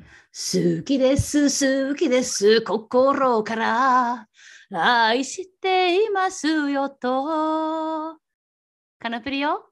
好きです、好きです、心から愛していますよと。カナプリよ、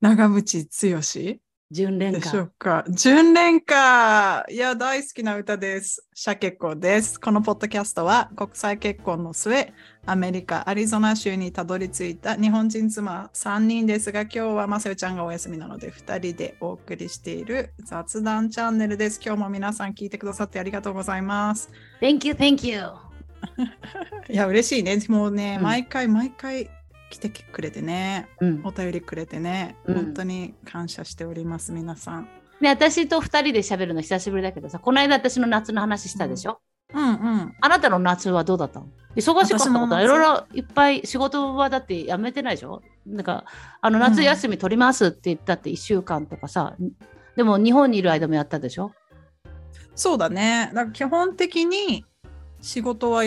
長渕剛純恋でしょ歌。うか。純恋歌いや、大好きな歌です。シャケコです。このポッドキャストは国際結婚の末、アメリカ・アリゾナ州にたどり着いた日本人妻3人ですが、今日はまさよちゃんがお休みなので2人でお送りしている雑談チャンネルです。今日も皆さん聞いてくださってありがとうございます。 Thank you, thank you. いや、嬉しいね。もうね、うん毎回毎回来てくれてね、うんお便りくれてね、うん本当に感謝しております、皆さん。ね、私と二人で喋るの久しぶりだけどさ、この間私の夏の話したでしょ、うんうん。あなたの夏はどうだったの忙しかった私このと夏いろいろいっぱい仕事はだってやめてないでしょなんかあのうん夏休み取りますって言ったって1週間とかさ、でも日本にいる間もやったでしょそうだね。だから基本的に仕事は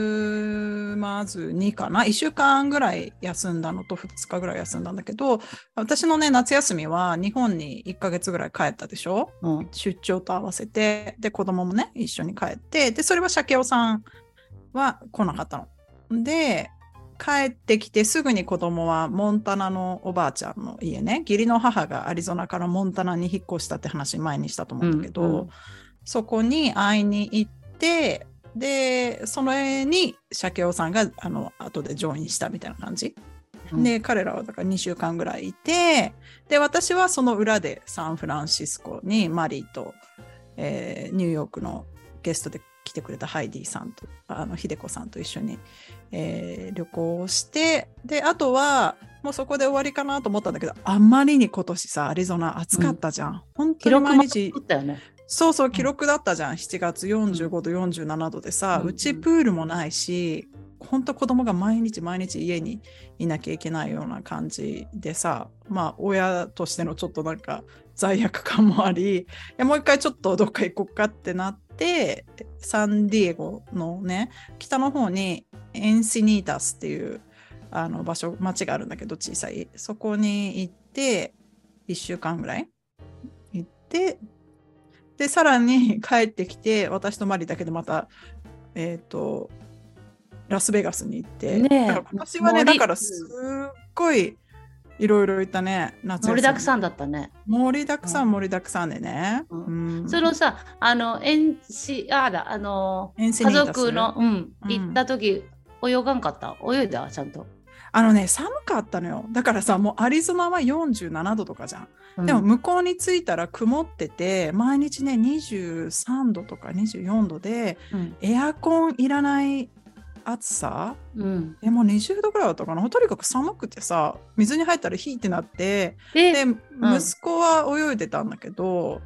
休まずにかな。1週間ぐらい休んだのと2日ぐらい休んだんだけど、私のね、夏休みは日本に1ヶ月ぐらい帰ったでしょうん、出張と合わせて。で、子供もね、一緒に帰って。で、それは鮭雄さんは来なかったの。で、帰ってきてすぐに子供はモンタナのおばあちゃんの家ね、義理の母がアリゾナからモンタナに引っ越したって話前にしたと思うんだけど、うんうんそこに会いに行って、で、その絵に鮭雄さんがあの後でジョインしたみたいな感じ。うんで、彼らはだから2週間ぐらいいて、で、私はその裏でサンフランシスコにマリーと、えーニューヨークのゲストで来てくれたハイディさんと、あの、秀子さんと一緒に、えー旅行をして、で、あとは、もうそこで終わりかなと思ったんだけど、あんまりに今年さ、アリゾナ暑かったじゃん。本記当に録毎も取日ったよね。そうそう、記録だったじゃん。7月45度、47度でさ、うんうちプールもないし、ほんと子供が毎日毎日家にいなきゃいけないような感じでさ、まあ、親としてのちょっとなんか罪悪感もあり、いやもう一回ちょっとどっか行こっかってなって、サンディエゴのね、北の方にエンシニータスっていうあの場所、町があるんだけど、小さい。そこに行って、1週間ぐらい行って、で、さらに 帰ってきて、私とマリだけでまた、えっ、と、ラスベガスに行って、ねえだから今年はね、森だからすっごいいろいろ行ったね、夏休み盛りだくさんだったね。盛りだくさうんん、盛りだくさんでね。うんうんそのさ、あの、エンシあーだ、あの、遠征家に行った族の、うん、うん行った時、泳がんかった泳いだちゃんと。あのね、寒かったのよ。だからさ、もうアリゾナは47度とかじゃん。うんでも向こうに着いたら曇ってて、毎日ね、23度とか24度で、うん、エアコンいらない暑さうん。え、もう20度ぐらいだったかな。とにかく寒くてさ、水に入ったらヒーってなって、で、で、息子は泳いでたんだけど、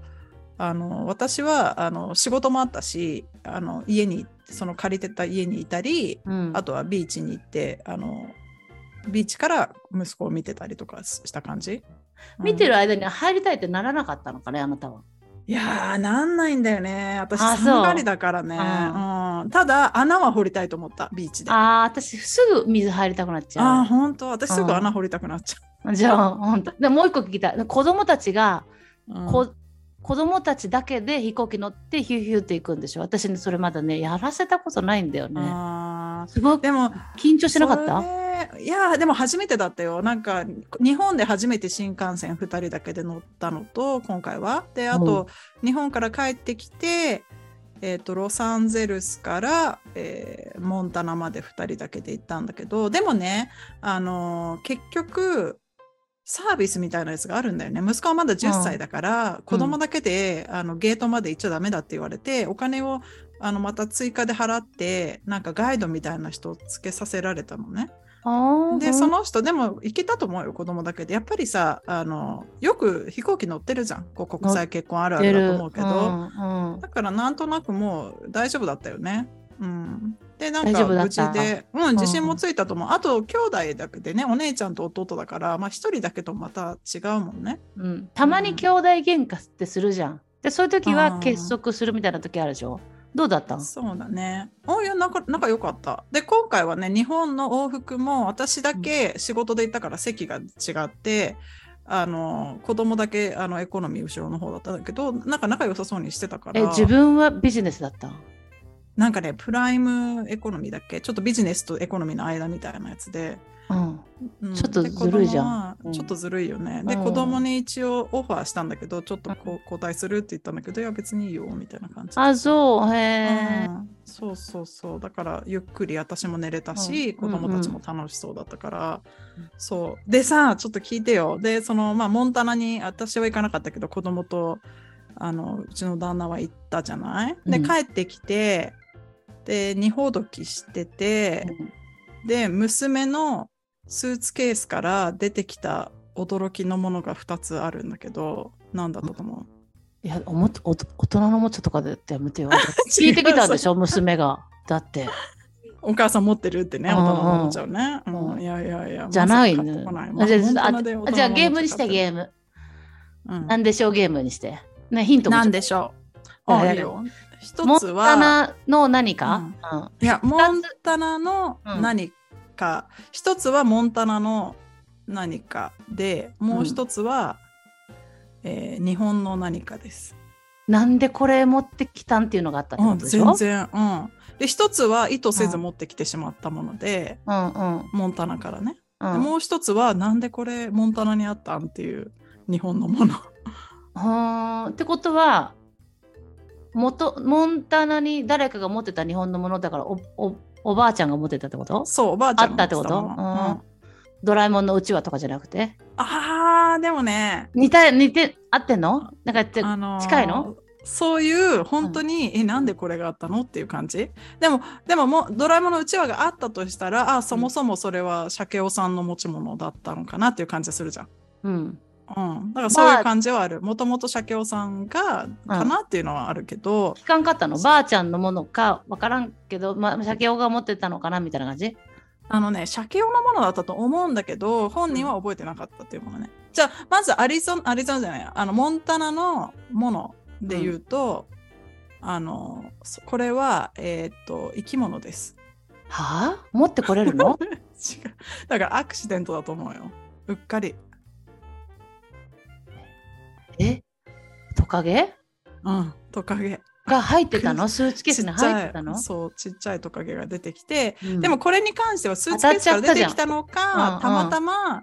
あの私はあの仕事もあったしあの家にその借りてた家にいたりうん、あとはビーチに行ってあのビーチから息子を見てたりとかした感じ、見てるる間に入りたいってならなかったのかね、あなたは。いやーなんないんだよね私あそう寒がりだからねうん、ただ穴は掘りたいと思ったビーチであああ、私すぐ水入りたくなっちゃあうー。本当私すぐうん穴掘りたくなっち ゃじゃあ、本当。でもう一個聞きたい。子供たちが、う、うんこ子供たちだけで飛行機乗ってヒューヒューって行くんでしょ。私ね、それまだね、やらせたことないんだよね。あすごーくでも緊張してなかったそれいやーでも初めてだったよなんか日本で初めて新幹線2人だけで乗ったのと今回はであと、日本から帰ってきて、えー、とロサンゼルスから、えーモンタナまで2人だけで行ったんだけどでもね、あのー結局サービスみたいなやつがあるんだよね息子はまだうん10歳だから、子供だけで、あのゲートまで行っちゃダメだって言われてお金をあのまた追加で払ってなんかガイドみたいな人をつけさせられたのね。あーでその人でも行けたと思うよ子供だけでやっぱりさあのよく飛行機乗ってるじゃんこう国際結婚あるあるだと思うけど、うんうんだからなんとなくもう大丈夫だったよね。うん、でなん大丈か夫だ無った事で、うん、自信もついたと思う、あと兄弟だけでねお姉ちゃんと弟だからまあ、一人だけとまた違うもんね。うんたまに兄弟喧嘩ってするじゃん。で、そういう時うはん結束するみたいな時あるでしょ。どうだったんそうだね。おいや仲仲良かった。で今回はね日本の往復も私だけ仕事で行ったから席が違って、あの子供だけあのエコノミー後ろの方だったんだけどなんか仲良さそうにしてたからえ、自分はビジネスだったんなんかねプライムエコノミーだっけちょっとビジネスとエコノミーの間みたいなやつで、うん。うんちょっとでずるいじゃん子供はうんちょっとずるいよね、でうん子供に一応オファーしたんだけどちょっとうこう交代するって言ったんだけどいや別にいいよみたいな感じあ、そう。へうえ。んそうそうそうだからゆっくり私も寝れたし、うん子供たちも楽しそうだったから、うんそうでさちょっと聞いてよでそのまあモンタナに私は行かなかったけど子供とあのうちの旦那は行ったじゃないでうん帰ってきてで二ほどきしててで娘のスーツケースから出てきた驚きのものが2つあるんだけど何だったと思ういや、おもお大人のおもちゃとかでやめてよ。聞いてきたんでし ょ、娘が。だって。お母さん持ってるってね、う大んうん人のおもちゃをね。うんうんいやいやいや。じゃないまさねか買っあてこ。ないじゃまああ本当であじゃあゲームにしてゲーム。ームなんでしょうゲームにして。ね、ヒントもなちょんっとでしょう。えあ、ーいいよ。モ一ンつタは、ナの何か、うんいや、モンタナのうん何か。一つはモンタナの何かで、もう一つは、えー日本の何かです。なんでこれ持ってきたんっていうのがあったってうこん、とでしょ、うん、全然。うん。で、一つは意図せず持ってきてしまったもので、うんうんモンタナからね。うんでもう一つはなんでこれモンタナにあったんっていう日本の ものうーんってことは元モンタナに誰かが持ってた日本のものだからおおおばあちゃんが持ってたってことそうおばあちゃんがあったってこと持たものうんうんドラえもんのうちわとかじゃなくてあーでもね似た似て合ってんのなんかってあのー近いのそういう本当に、えなんでこれがあったのっていう感じでもでももうドラえもんのうちわがあったとしたらあそもそもそれは鮭尾さんの持ち物だったのかなっていう感じするじゃん。うんうん、だからそういう感じはあるもともと鮭尾さんがかなっていうのはあるけど、聞かんかったのばあちゃんのものかわからんけどまあ鮭雄が持ってたのかなみたいな感じあのね、鮭用のものだったと思うんだけど、本人は覚えてなかったっていうものね。じゃあ、まずアリゾン、アリゾンじゃないや、あの、モンタナのもので言うと、あの、そこれは、えーっと、生き物です。 はあ持ってこれるの違う。だからアクシデントだと思うよ。うっかり。えトカゲうん、トカゲ。が入ってたのスーツケースに入ってたのちっちゃいそう、ちっちゃいトカゲが出てきて、うんでもこれに関してはスーツケースから出てきたのか、当たっちたゃまったたま、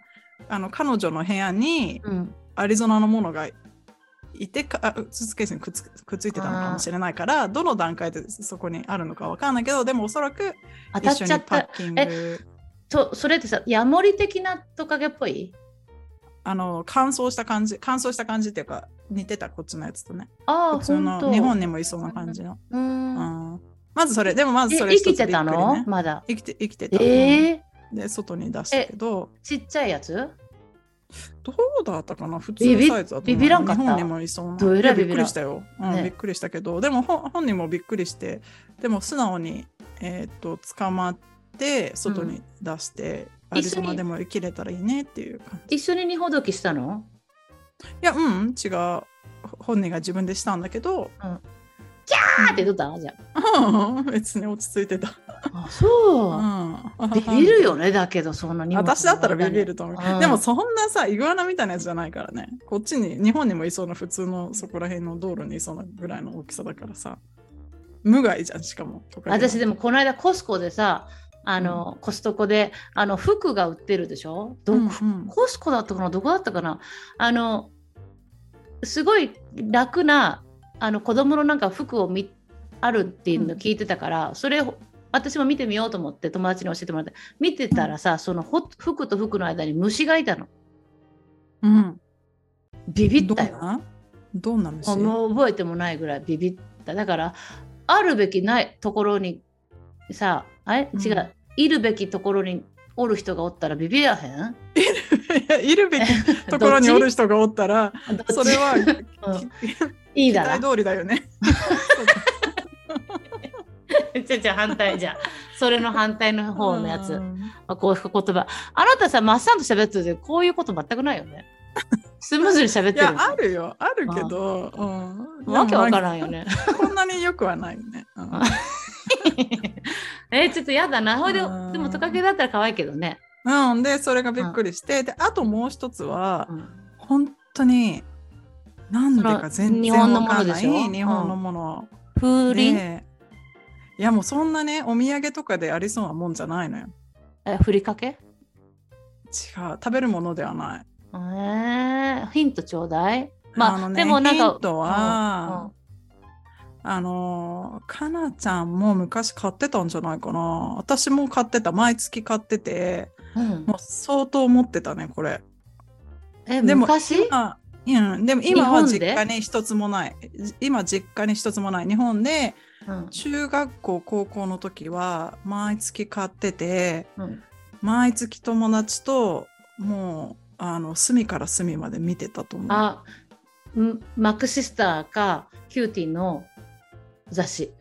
あの、彼女の部屋に、うんアリゾナのものがいてかあスーツケースにくっつくっついてたのかもしれないからどの段階でそこにあるのかわからないけどでもおそらく当たっ一緒ちゃにっパたッキングとそれってさヤモリ的なトカゲっぽいあの乾燥した感じ乾燥した感じっていうか似てたこっちのやつとねああ普通ほんとの日本にもいそうな感じの、ううんんまずそれでもまずえそれ生き一つてたびっくのりねまだ生きて生きてた、えうんえで外に出したけどちっちゃいやつどうだったかな普通のサイズだと思うビビビビらんかった日本にもいそうな。どえらいいやびっビビくらんりしたよ、うんねびっくりしたけど、でもほん本人もびっくりして、でも素直に、えーっと捕まって、外に出して、うんアリゾナでも生きれたらいいねっていう感じ。い一緒に二ほどきしたのや、うん、違う。ほ本人が自分でしたんだけど、 あーってどうだじゃうん別に落ち着いてた。ああそう、うんビビるよねだけどそんな荷物私だったらビビると思う、うんでもそんなさイグアナみたいなやつじゃないからねこっちに日本にもいそうな普通のそこら辺の道路にいそうなぐらいの大きさだからさ無害じゃんしかもとか私でももこの間コスコでさあの、コストコであの服が売ってるでしょど、うんうんコスコだったかなどこだったかなあのすごい楽なあの子供のなんか服を見あるっていうのを聞いてたから、それを私も見てみようと思って友達に教えてもらって見てたらさそのほ服と服の間に虫がいたのうんビビったどよんなどんな虫あもう覚えてもないぐらいビビっただからあるべきないところにさあれうん違う、いるべきところにおる人がおったらビビらへんいやい るべきところにおる人がおったらどっちそれはうんきいい期だな待通りだよね じゃじゃ反対じゃそれの反対の 方のやつ、うまんあ、こういう言葉あなたさマッサンと喋っててこういうこと全くないよね スムーズに喋っいてるやあるよあるけど、うん、わけわかんらんよね こんなによくはないよね、うんえちょっとやだなほいででうんもトカゲだったら可愛いけどね、うん、でそれがびっくりして、であともう一つは、うん本当になんでか全然そのわかんない日本のものでしょ日本のもの、風鈴でいやもうそんなねお土産とかでありそうなもんじゃないのよえふりかけ違う食べるものではないえー、ヒントちょうだい。まあ、のねでもなんか。ヒントは、あのーかなちゃんも昔買ってたんじゃないかな私も買ってた毎月買っててうんうんもう相当持ってたねこれえでも昔あうん、でも今は日本実で家に一つもない今実家に一つもない日本でうん中学校高校の時は毎月買っててうん毎月友達ともうあの隅から隅まで見てたと思うあんマックシスターかキューティーの雑誌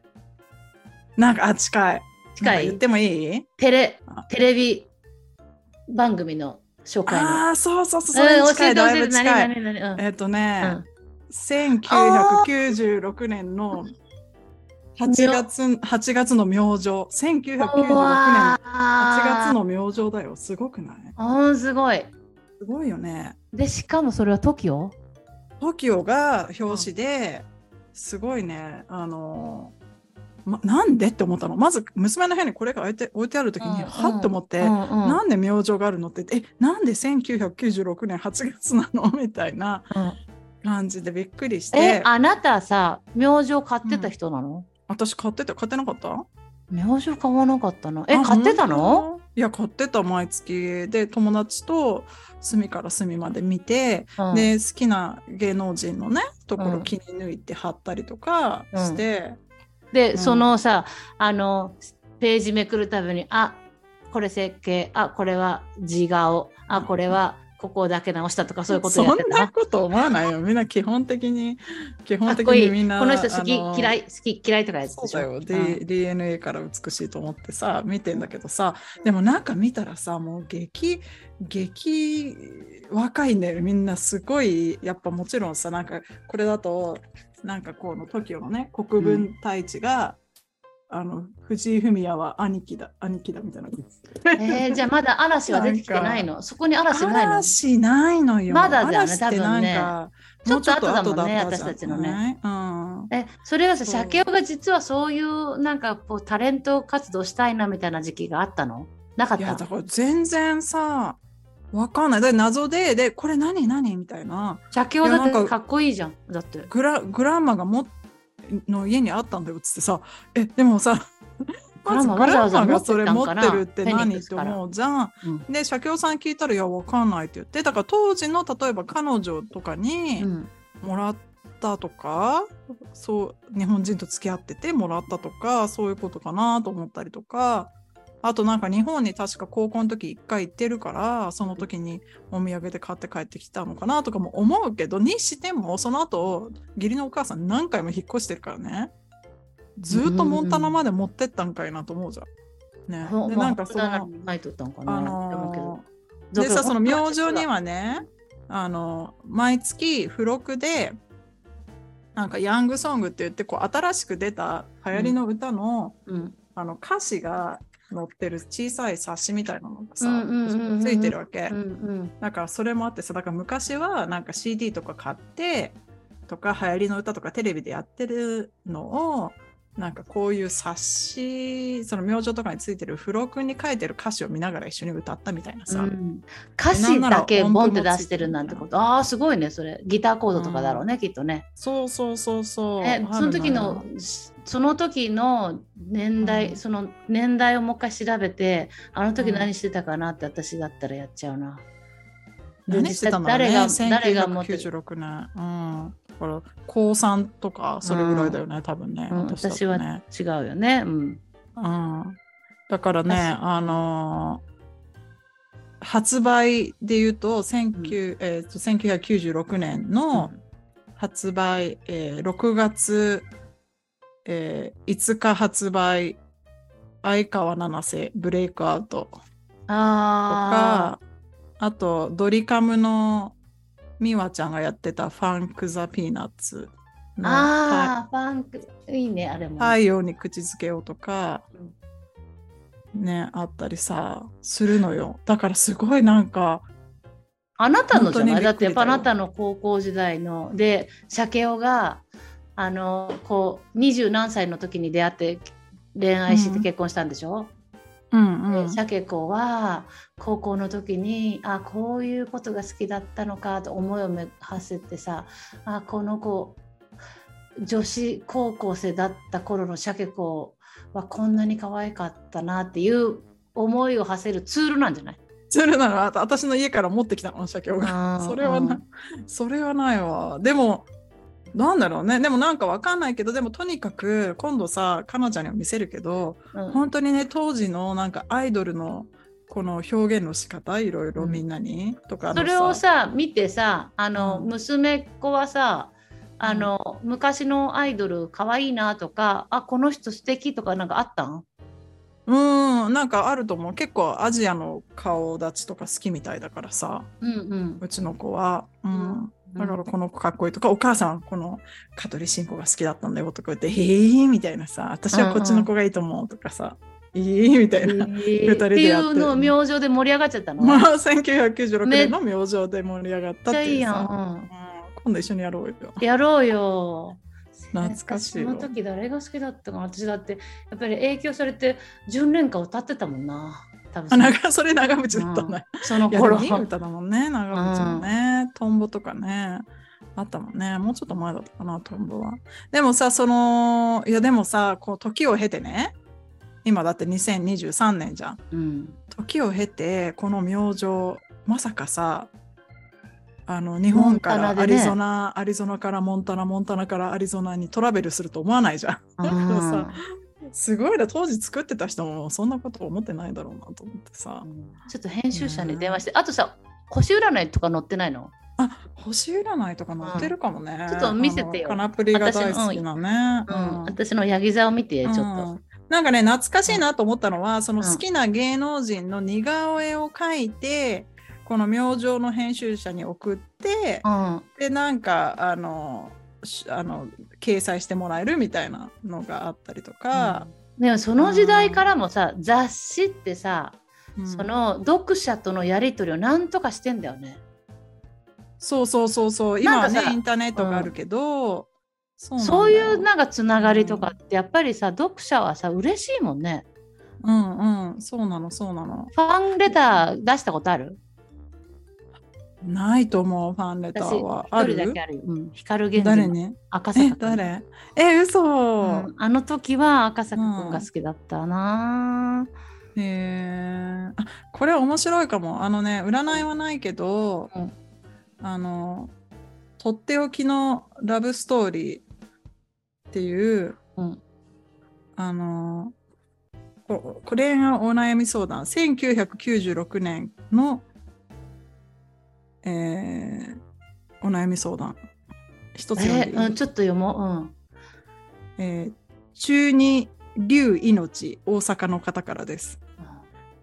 なんかあ近いなん近か言っいてもいいテレあテレビ番組の紹介の。ああそうそうそうんうそれに教近えいて教だいえぶて近い何何何うんえっとねう1996年の8月8月の明星1996年うのわ8月ーの明星だよ。すごくないうんすごい。すごいよね。でしかもそれは TOKIO? TOKIO が表紙で、すごいね、あの、ま、なんでって思ったの。まず、娘の部屋にこれが置いて置いてある時に、うんはっと思って、うんうんなんで明星があるのって言って、え、なんで1996年8月なの みたいなうん感じでびっくりしえて、あなたさ明星買ってた人なの、私買ってた、買ってなかった明星買わなかったなえあ買ってたの、本当いや、買ってた、毎月。で、友達と隅から隅まで見て、うんで好きな芸能人のねとこうろん切り抜いて貼ったりとかして、で、うんそのさあのページめくるたびにあこれ設計あこれは字顔あこれはここだけ直したとかそういうことやってそんたななこと思わないよみんな基本的に基か本っ的こいにいみんなこの人好きあの嫌い好き嫌いとかやつそでうしょだよ、う D、DNA から美しいと思ってさ見てんだけどさでもなんか見たらさもう激激若いんだよみんなすごいやっぱもちろんさなんかこれだとなんかこの TOKIO のね国分太一が、あの藤井フミヤは兄貴だ兄貴だみたいな。んえーじゃあまだ嵐は出てきてないのそこに嵐ないの嵐ないのよ。まだだよね嵐ってなんか多分ねもうちょっと後だもんね後った私たちのねじゃない。えそれはさそう社協が実はそういうなんかこうタレント活動したいなみたいな時期があったのなかうっん、いやだたから全然さわかんない。で謎ででこれ何何みたいな社協だっいやなてんかかっこいいじゃんだってグラグランマがもの家にあったんだよっつってさえでもさ グまランずマグランマがそれ持わざっわざて持るっっててたんかなフェニッ何クっスてから思うじゃん。うんで社協さん聞いたらいやわかんないって言ってだから当時の例えば彼女とかに、うんもらったとかそう日本人と付き合っててもらったとかそういうことかなと思ったりとかあとなんか日本に確か高校の時一回行ってるからその時にお土産で買って帰ってきたのかなとかも思うけどにしてもその後義理のお母さん何回も引っ越してるからねずっとモンタナまで持ってったんかいなと思うじゃん。ね、でまあなんかそ本当はの、何枚取ったのかなあと思うけどのーでさその明星にはねあの毎月付録でなんかヤングソングって言ってこう新しく出た流行りの歌の,、うんあの歌詞が載ってる小さい冊子みたいなのがさ、うんうんうんうんついてるわけ、うんうんだからそれもあってさだから昔はなんか CD とか買ってとか流行りの歌とかテレビでやってるのをなんかこういう冊子その明星とかについてる付録に書いてる歌詞を見ながら一緒に歌ったみたいなさ、うん歌詞だけボンって出してるなんてことああーすごいねそれギターコードとかだろうね、きっとねそうそうそうそう。えあそのる時のよその時の年代、うんその年代をもう一回調べてあの時うん何してたかなって私だったらやっちゃうな、で何してたの、ね、誰が誰誰がが持ってる1996年。うん。だから高三とかそれぐらいだよね、多分ね。うんだとね。違うよねうんうん。だからね、私あのー発売で言うと、19えーと1996年の発売、えー6月、えー5日発売、相川七瀬ブレイクアウト。とああかあとドリカムのミワちゃんがやってた「ファンク・ザ・ピーナッツ」の「ああファンクいいねあれも、太陽に口づけを」とかねあったりさするのよだからすごいなんかあなたのじゃ本な当いにだっびってくやっりだよぱあなたの高校時代ので鮭雄があのこう二十何歳の時に出会って恋愛してうん結婚したんでしょ、うんで鮭子は高校の時にあこういうことが好きだったのかと思いを巡らせてさあこの子女子高校生だった頃の鮭子はこんなに可愛かったなっていう思いを馳せるツールなんじゃないそれならあた私の家から持ってきたの社協が。 それはな、それはないわ。でもなんだろうねでもなんかわかんないけどでもとにかく今度さかなちゃんには見せるけどうんうん本当にね当時のなんかアイドルのこの表現の仕方いろいろみんなに、とかのそれをさ見てさあの、うん娘っ子はさあの、昔のアイドル可愛いなとかあこの人素敵とかなんかあったんうんなんかあると思う結構アジアの顔立ちとか好きみたいだからさうんうんうちの子は、うんうんだからこの子かっこいいとか、お母さんはこの香取慎吾が好きだったんだよとか言って「へえ」みたいなさ「私はこっちの子がいいと思う」とかさ「ええ」みたいな。えーって人でいやってうのを明星で盛り上がっちゃったの。まあめっ1996年の明星で盛り上がったっちゃていいいうやさ、ん。うん今度一緒にやろうよ。 うんやろうよ。懐かしいそよの時誰が好きだったかな私だってやっぱり影響されて10年間歌ってたもんな。多分あなんかそれ長渕だったうんね。そのいやで頃もいい歌だもんね長渕もね。トンボとかね。あったもんね。もうちょっと前だったかなトンボは。でもさそのいやでもさこう時を経てね今だって2023年じゃん。うん。時を経てこの明星まさかさあの日本モかンタナらでアねリゾナ、アリゾナからモンタナモンタナからアリゾナにトラベルすると思わないじゃん。だからさすごいな当時作ってた人もそんなこと思ってないだろうなと思ってさうんちょっと編集者に電話して、あとさ星占いとか載ってないのあ星占いとか載ってるかもね、んちょっと見せてよあのカナプリが大好きなね。ううんん私のヤギ座を見てちょっうと。んなんかね懐かしいなと思ったのは、そのうん好きな芸能人の似顔絵を描いてこの明星の編集者に送って、うんでなんかあのしあの掲載してもらえるみたいなのがあったりとか、でもその時代からもさ雑誌ってさうんその読者とのやり取りをなんとかしてんだよね。そうそうそうそう今はなんかさねインターネットがあるけど、そなんだよそういうなんかつながりとかってやっぱりさ読者はさ嬉しいもんね。うんうんそうなのそうなのファンレター出したことあるないと思うファンレター私はあ一人るだけあるよ。うん、光源氏誰のに赤え坂君誰え嘘、うんあの時は赤坂君が好きだったな、へえあこれ面白いかもあのね占いはないけど、うんあのとっておきのラブストーリーっていううんあのここれがお悩み相談1996年の、えーお悩み相談一つ読んでえいい、うん、ちょっと読もえー中二龍命大阪の方からですう。うん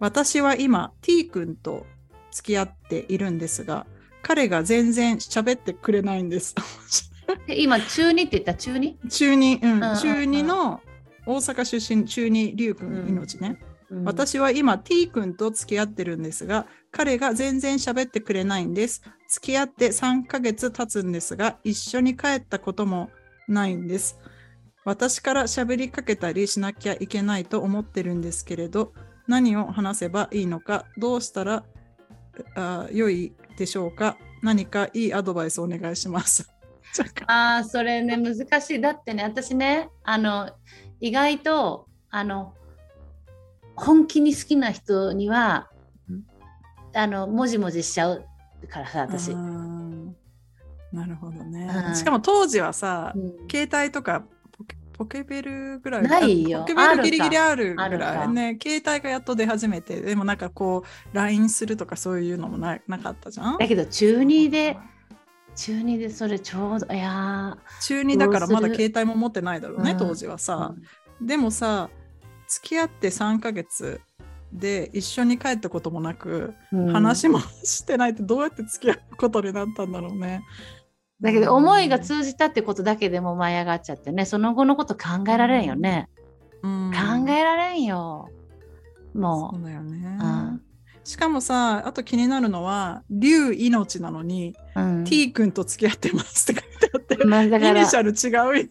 私は今 T 君と付き合っているんですが彼が全然喋ってくれないんです え今中二って言った中二中二、うんんうん中二の大阪出身中二龍君命ね、うん私は今 T 君と付き合ってるんですが彼が全然喋ってくれないんです付き合って3ヶ月経つんですが一緒に帰ったこともないんです私から喋りかけたりしなきゃいけないと思ってるんですけれど何を話せばいいのかどうしたらあ良いでしょうか何かいいアドバイスお願いします ああそれね難しいだってね私ねあの意外とあの本気に好きな人にはうんあのもじもじしちゃうからさ私、あうんーなるほどね、うんしかも当時はさ携帯とかポケポケベルぐらいないよあポケあベるかルギリギリあるぐあらるいかね携帯がやっと出始めてでもなんかこう LINE するとかそういうのもななかったじゃんだけど中2で中2でそれちょうどいや中2だからまだどうする携帯も持ってないだろうね、うん当時はーさ、でもさ付き合って3ヶ月で一緒に帰ったこともなく、うん話もしてないってどうやって付き合うことになったんだろうねだけど思いが通じたってことだけでも舞い上がっちゃってねその後のこと考えられんよね、うん考えられんよもそうだよね、う、うんしかもさあと気になるのは「竜命」なのにうん T 君と付き合ってますって書いてあってまあだかイニらシャル違うよ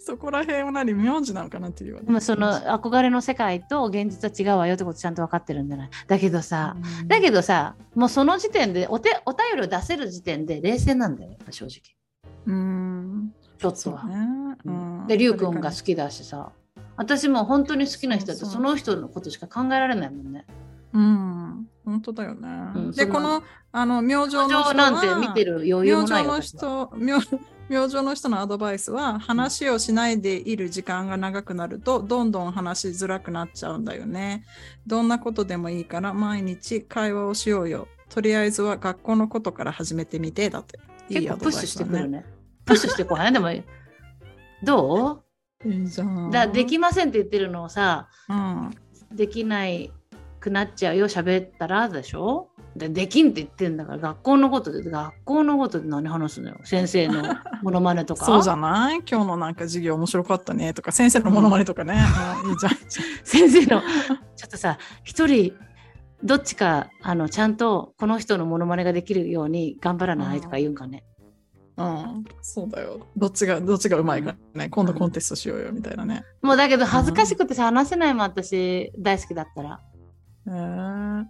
そこら辺は何名字なのかなっていうわねでもその憧れの世界と現実は違うわよってことちゃんと分かってるんじゃないだけどさ、うんだけどさもうその時点でお手お便りを出せる時点で冷静なんだよやっぱ正直うんちょっそとうは。ね、うんでりゅうくんが好きだしさ私も本当に好きな人だとそうそうその人のことしか考えられないもんね。うん本当だよね、うんでそんなこのあの明星の人は情なんて見てる余裕明もな星いの私は人明明星の人のアドバイスは話をしないでいる時間が長くなるとどんどん話しづらくなっちゃうんだよね。どんなことでもいいから毎日会話をしようよ。とりあえずは学校のことから始めてみてだって。い結いア構ドプバッイシュしスだてねくるね。プッシュしてこないでもどいいじゃん。うだできませんって言ってるのをさうん。できないくなっちゃうよ喋ったらでしょでできんって言ってんだから学校のことで学校のことで何話すのよ先生のモノマネとか そうじゃない今日のなんか授業面白かったねとか先生のモノマネと かね。うんいいじゃんいいじゃ先ん。生のちょっとさ一人どっちかあのちゃんとこの人のモノマネができるように頑張らないとか言うんかね、うん、そうだよ。どっちが、どっちがうまいかね、今度コンテストしようよみたいなね。もうだけど恥ずかしくてさ話せないもん私大好きだったら、へえあ、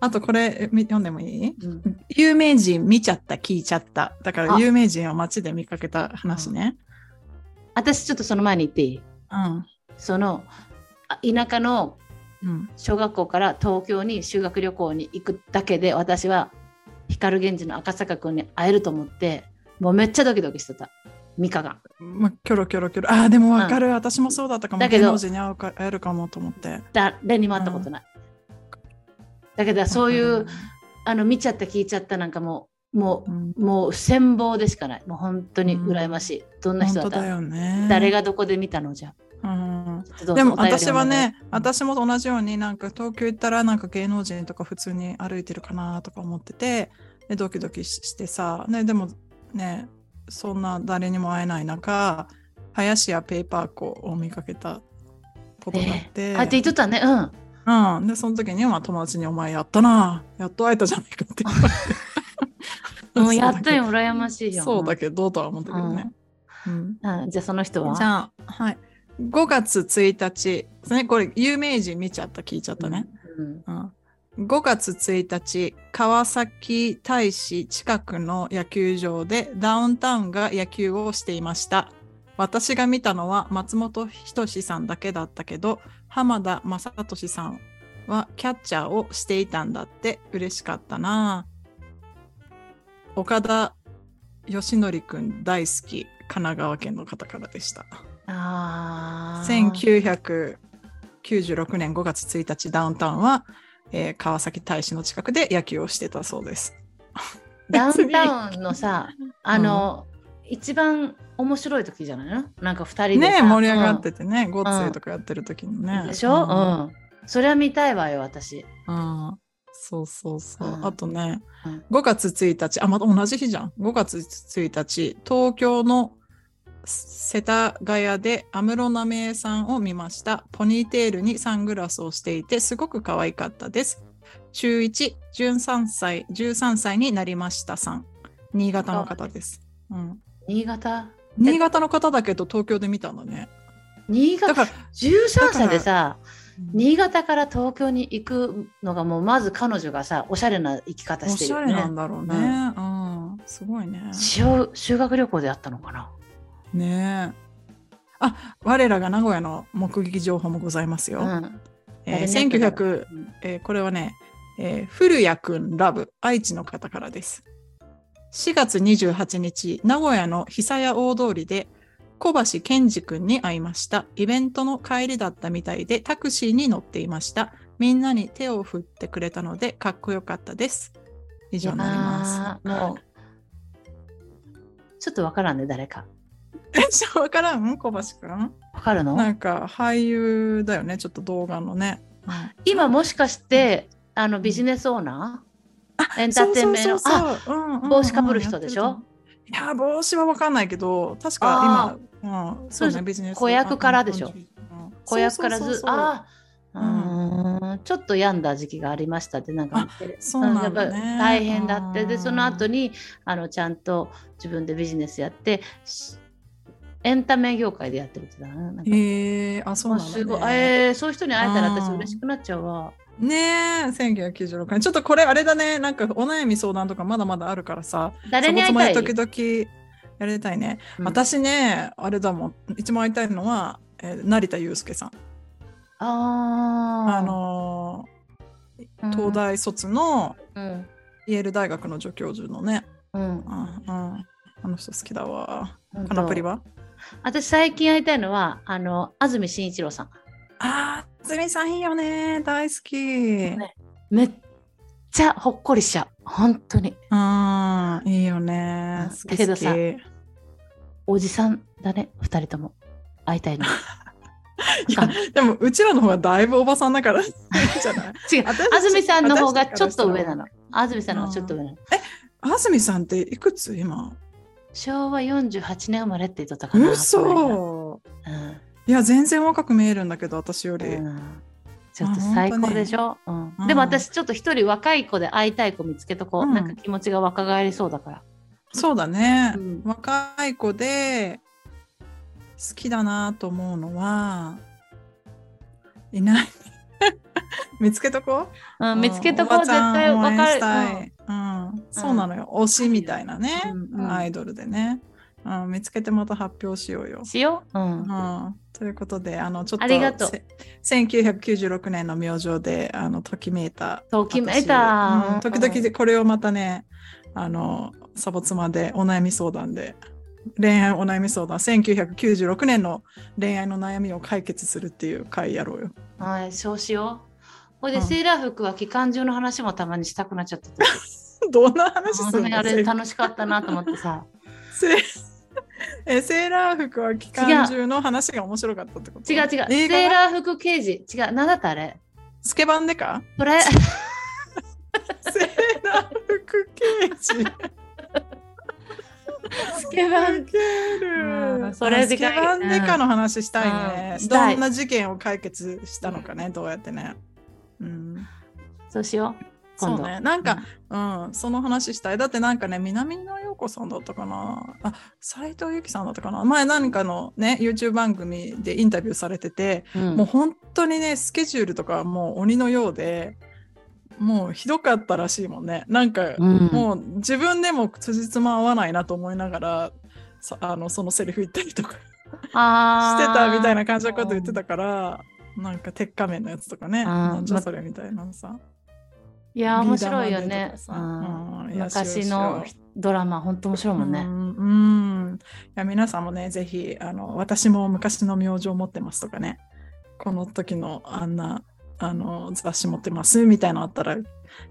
あとこれえみ読んでもいいうん有名人見ちゃった、聞いちゃった。だからあ有名人を街で見かけた話ね。私ちょっとその前に言っていいうん。そのあ田舎のうん。小学校から東京に修学旅行に行くだけで私は光源氏の赤坂君に会えると思ってもうめっちゃドキドキしてたミカがまあ、キョロキョロキョロ。ああ、でもわかる、私もそうだったかも。だけど芸能人に会うか会えるかもと思って。誰にも会ったことない、だけどそういう、わかあの見ちゃった聞いちゃったなんかもうもる、うんうもう羨望でしかないもう本当に羨ましい、どんな人だ本当っただよね。誰がどこで見たのじゃうんどうぞでもお便りをお願い私はね、私も同じようになんか東京行ったらなんか芸能人とか普通に歩いてるかなとか思っててでドキドキししてさ、ね、でもねそんな誰にも会えない中林家ペーパー子を見かけたことがあって、あって言っとったねうんうん、でその時に、まあ、友達に「お前やったなやっと会えたじゃないか」って言われて もうやったよ羨ましいよ そうだけどとは思ったけどね。うんうんじゃあその人はじゃあ、はい。5月1日ですね。これ、有名人見ちゃった、聞いちゃったね。うんうん5月1日、川崎大使近くの野球場でダウンタウンが野球をしていました。私が見たのは松本人志さんだけだったけど、浜田雅俊さんはキャッチャーをしていたんだって嬉しかったなぁ。岡田義則くん大好き、神奈川県の方からでした。あー1996年5月1日ダウンタウンは、えー川崎大使の近くで野球をしてたそうです。ダウンタウンのさあの、一番面白い時じゃないのなんか 二人でねさえ盛り上がっててね、ゴッツェとかやってる時にうんね。でしょ、ううんん、それは見たいわよ私うんそうそうそう。うんあとね、うん5月1日、あ、また同じ日じゃん。5月1日、東京の世田谷で安室奈美恵さんを見ました。ポニーテールにサングラスをしていて、すごく可愛かったです。中1、13歳、13歳になりましたさん。新潟の方です。うん、新潟新潟の方だけど東京で見たんだね。新だ潟から、 13歳でさうん新潟から東京に行くのがもうまず彼女がさおしゃれな生き方おしてしるゃよれなんね。だろうね。うん、すごいね。修修学旅行であったのかな。ねえ。あ、我らが名古屋の目撃情報もございますよ。うん、え誰ーに会ってた1900、えーこれはね、えー古谷くんラブ、愛知の方からです。4月28日、名古屋の久屋大通りで、小橋健二くんに会いました。イベントの帰りだったみたいで、タクシーに乗っていました。みんなに手を振ってくれたので、かっこよかったです。以上になりまあーもうちょっとわからんね誰か。す。 え、わからん小橋くんわかるなの？んか俳優だよね、ちょっと動画のね。今もしかしてあのビジネスオーナー、エンターテインメントのそうそうあそうそううんうんうん帽子かぶる人でしょやってると思ういや、帽子は分かんないけど、確か今、うん、そそううそね、うビジネス。子役からでしょうん子役からずそうそうそうそうああーちょっと病んだ時期がありましたってなんか言ってそうなんだ、やっね、ぱ大変だってでその後ににあのちゃんと自分でビジネスやってしエンタメ業界でやってるって言ってたななんかへえあそうあなんだ、ね、すごいえーそういう人に会えたら私うん嬉しくなっちゃうわ。ねえ1996年ちょっとこれあれだねなんかお悩み相談とかまだまだあるからさ誰に会いたいそこそこ時々やりたいね、うん私ねあれだもん一番会いたいのは、えー成田悠介さんあーあのうんー東大卒のうんイェール大学の助教授のね、うんうんうん、あの人好きだわ本当カナプリは私最近会いたいのはあの安住紳一郎さん。あーずみさんいいよね大好き、めっちゃほっこりしちゃう本当にあーいいようねん好だきけど好さきおじさんだね2人とも会いたい のいやでもうちらの方がだいぶおばさん だからいいんじゃない違う 私たち安住さんの方が私ちょたっとちからしたら上なの安住さんの方がちょっと上なの安住さんっていくつ今昭和48年生まれって言っとったかなこ嘘の間うんいや全然若く見えるんだけど私より、うんちょっと最高でしょ、うんうんでも私ちょっと一人若い子で会いたい子見つけとこう、うんなんか気持ちが若返りそうだから、そうだね、うん若い子で好きだなと思うのはいない 見つけとこうんう、見つけとこうおば絶ちゃん対応援若しいたい、うんそうなのよ推しみたいなね、うんうんアイドルでね、うん、見つけてまた発表しようようん、しよう、うんうんということであのちょっとありがとうせ1996年の明星であのときめいたときめいた、私うん時々でこれをまたねあのサボ妻でお悩み相談で恋愛お悩み相談1996年の恋愛の悩みを解決するっていう回やろうよ はい、そうしよう。ほいで、うんセーラー服は機関銃の話もたまにしたくなっちゃって て。どんな話本す当るにのあれセ楽しかったなと思って さ。セえセーラー服は機関銃の話が面白かったってこと違う違う、セ映画ーラー服刑事。違う、何だったあれスケバンでか それ、セーラー服刑事スケバンウケる うんそれでスかケいバンデカの話したいねう。んしたいどんな事件を解決したのかね、どうやってね。うん、そうしよう。そ今う度。ね。なんか、うん、その話したい。だってなんかね、南野陽子さんだったかな。あ、斎藤由貴さんだったかな。前何かのね、YouTube 番組でインタビューされてて、うん、もう本当にね、スケジュールとかはもう鬼のようで、もうひどかったらしいもんね。なんか、うん、もう自分でも辻褄合わないなと思いながらさあのそのセリフ言ったりとかしてあーたみたいな感じのこと言ってたからなんか鉄仮面のやつとかねあーなんじゃまそれみたいなさいや、面白いよリーダーマンデねーとか。さうんうんいや昔しよのうしドラマ、本当面白いもんうね。んうんいや皆さんもねぜひあの私も昔の名字を持ってますとかねこの時のあんなあの雑誌持ってますみたいなのあったらぜ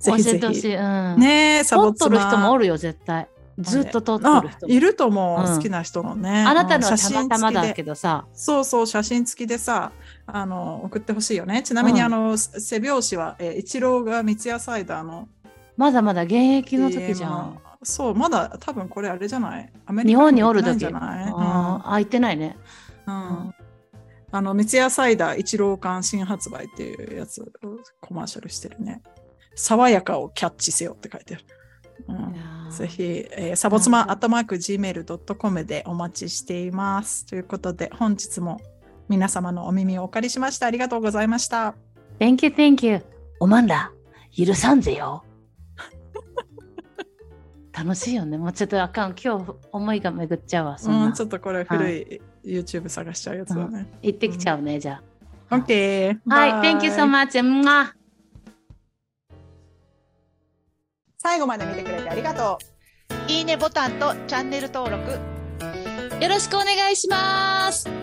ひ教えぜてほしひい。うん。ねえサ撮ボっツとる人マもおるよ、絶対。ずっと撮っとある人もいると思う、うん好きな人のねあなたのうはんた写真またま付きでだけどさ。そうそう写真付きでさあの送ってほしいよねちなみに、うんあのせ背表紙は、えー、一郎が三ツ矢サイダーのまだまだ現役の時じゃ CM ん。そうまだ多分これあれじゃないアメ日リカ本に行おってるないん時じゃないあー空いてないね。うんうんあの三ツ矢サイダー一郎缶新発売っていうやつコマーシャルしてるね爽やかをキャッチせよって書いてある、うんいやーぜひ、えーサボツマアットマーク Gmail.com でお待ちしています。ということで、本日も皆様のお耳をお借りしました。ありがとうございました。 Thank you, thank you. おまんら、許さんぜ よ。楽しいよね。もうちょっとあかん。今日思いが巡っちゃうわ。そんな。うん、ちょっとこれ古い YouTube 探しちゃうやつだね。行ってきちゃうね、じゃ OK! あ。はい。Thank you so much. うんまあ最後まで見てくれてありがとう。いいねボタンとチャンネル登録よろしくお願いします。